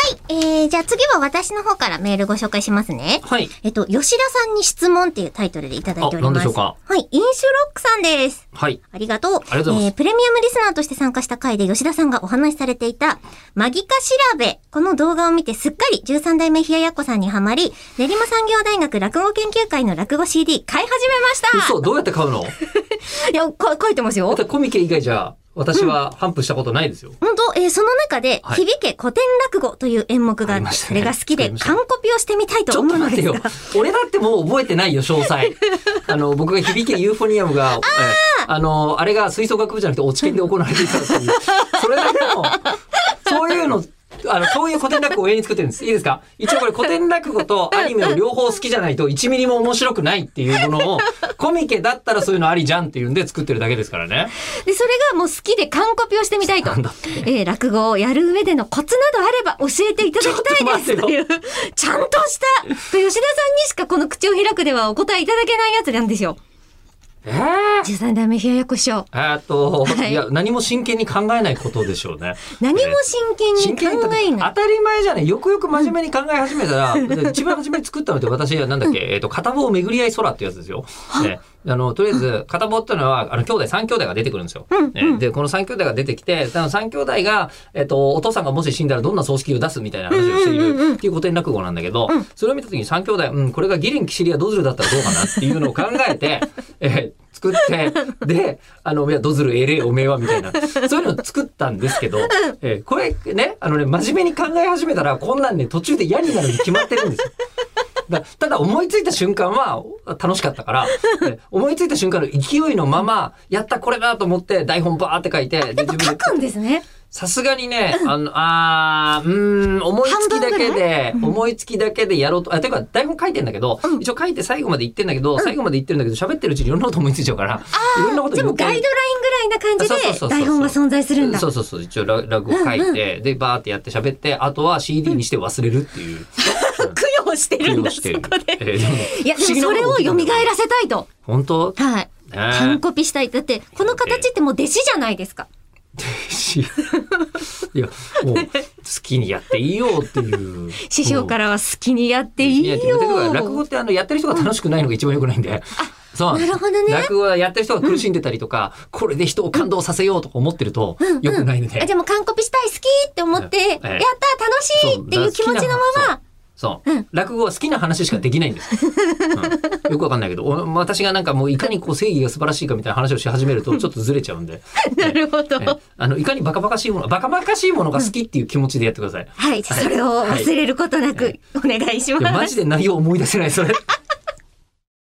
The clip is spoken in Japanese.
はい。えー、じゃあ次は私の方からメールご紹介しますね。はい。えっと、吉田さんに質問っていうタイトルでいただいております。あ何でしょうかはい。飲酒ロックさんです。はい。ありがとう。ありがとうございますえープレミアムリスナーとして参加した回で吉田さんがお話しされていた、マギカ調べ。この動画を見てすっかり13代目ひややっこさんにはまり、練馬産業大学落語研究会の落語 CD 買い始めました。嘘、どうやって買うのいや、か書いてますだっよて。コミケ以外じゃ、私は反布したことない ですよ。本当、えーその中で、はい響け古典落語という演目があっありて、ましたそねれが好きで、作りました完コピをしてみたいちとょっ思とうの待っでてすがよ。俺だってもう覚えてないよ、詳 細。あの、僕が響けユーフォニアムが、えーあの、あれが吹奏楽部じゃなくて、落ち研で行われていたって いう。それだけの、そういうの、あの、そういう古典落語を永遠に作ってるんです。いいですか一応これ古典落語とアニメを両方好きじゃないと、1ミリも面白くないっていうものを、コミケだったらそういうのありじゃんっていうんで作ってるだけですからね。で、それがもう好きで完コピをしてみたいと。なんだってえー落語をやる上でのコツなどあれば教えていただきたいですちょっとと待いう、ちゃんとした、と吉田さんにしかこの口を開くではお答えいただけないやつなんですよ。えー13代目冷ややっこ師匠。えーっと、はいい、や、何も真剣に考えないことでしょう ね。何もえー真剣真剣にに考考ええない。当たり前じゃない。よくよく真面目に考え始めた ら、一番初めに作ったのって私はなんだっけ、えっと、片棒巡り合い空ってやつですよ。ね、あの、とりあえず、片棒ってのは、あの、兄弟、三兄弟が出てくるんですよ。ねで、この三兄弟が出てきて、あの三兄弟が、えっと、お父さんがもし死んだらどんな葬式を出すみたいな話をしているっていう古典落語なんだけど、それを見た時に三兄弟、うん、これがギリン、キシリア、ドズルだったらどうかなっていうのを考え て、えー作って、で、あの、いや、ドズル、エレイ、おめえは、みたいな、そういうのを作ったんですけど、えーこれね、あのね、真面目に考え始めたら、こんなんね、途中で嫌になるに決まってるんですよ。だただ思いついた瞬間は楽しかったから、ね思いついた瞬間の勢いのまま、やったこれだと思って台本バーって書いて、で自書分でくんですね。さすがにね、あの、あーうーん、思いつきだけ半分ぐで、思いつきだけでやろうと、あ、てか台本書いてんだけど、一応書いて最後まで言ってんだけど、最後まで言ってるんだけど、喋ってるうちにいろんなこと思いついちゃうから、いろんなことでも余計ガイドラインぐらいな感そうそうそうじそでう台本が存在するんだ。そうそうそう一応ラ落語書いて、でバーってやって喋ってあとは CD にして忘れるっていう、供養してるん苦だ、労そしてるこで。えーでもいや、でもそれを蘇らせたいと。本当 はい。ね完コピしたい。だって、この形ってもう弟子じゃないですか。しいやもう好きにやっていいよっ ていう師匠かららは好きにやっていいよ。落語ってあのやってる人が楽しくないのが一番良くないんで、そうなんですなるほどね落語はやってる人が苦しんでたりとか、これで人を感動させようとか思ってると良くないので、あでも完コピしたい好きって思って、ええやった楽しいっていう気持ちのままそう、落語は好きな話しかできないんです、うんよくわかんないけどお私がなんかもういかにこう正義が素晴らしいかみたいな話をし始めるとちょっとずれちゃうんで なるほどえあのいかにバカバカしいものバカバカしいものが好きっていう気持ちでやってください、はい、じゃあそれを忘れることなくお願いしいやマます。ジで内容思い出せないそれ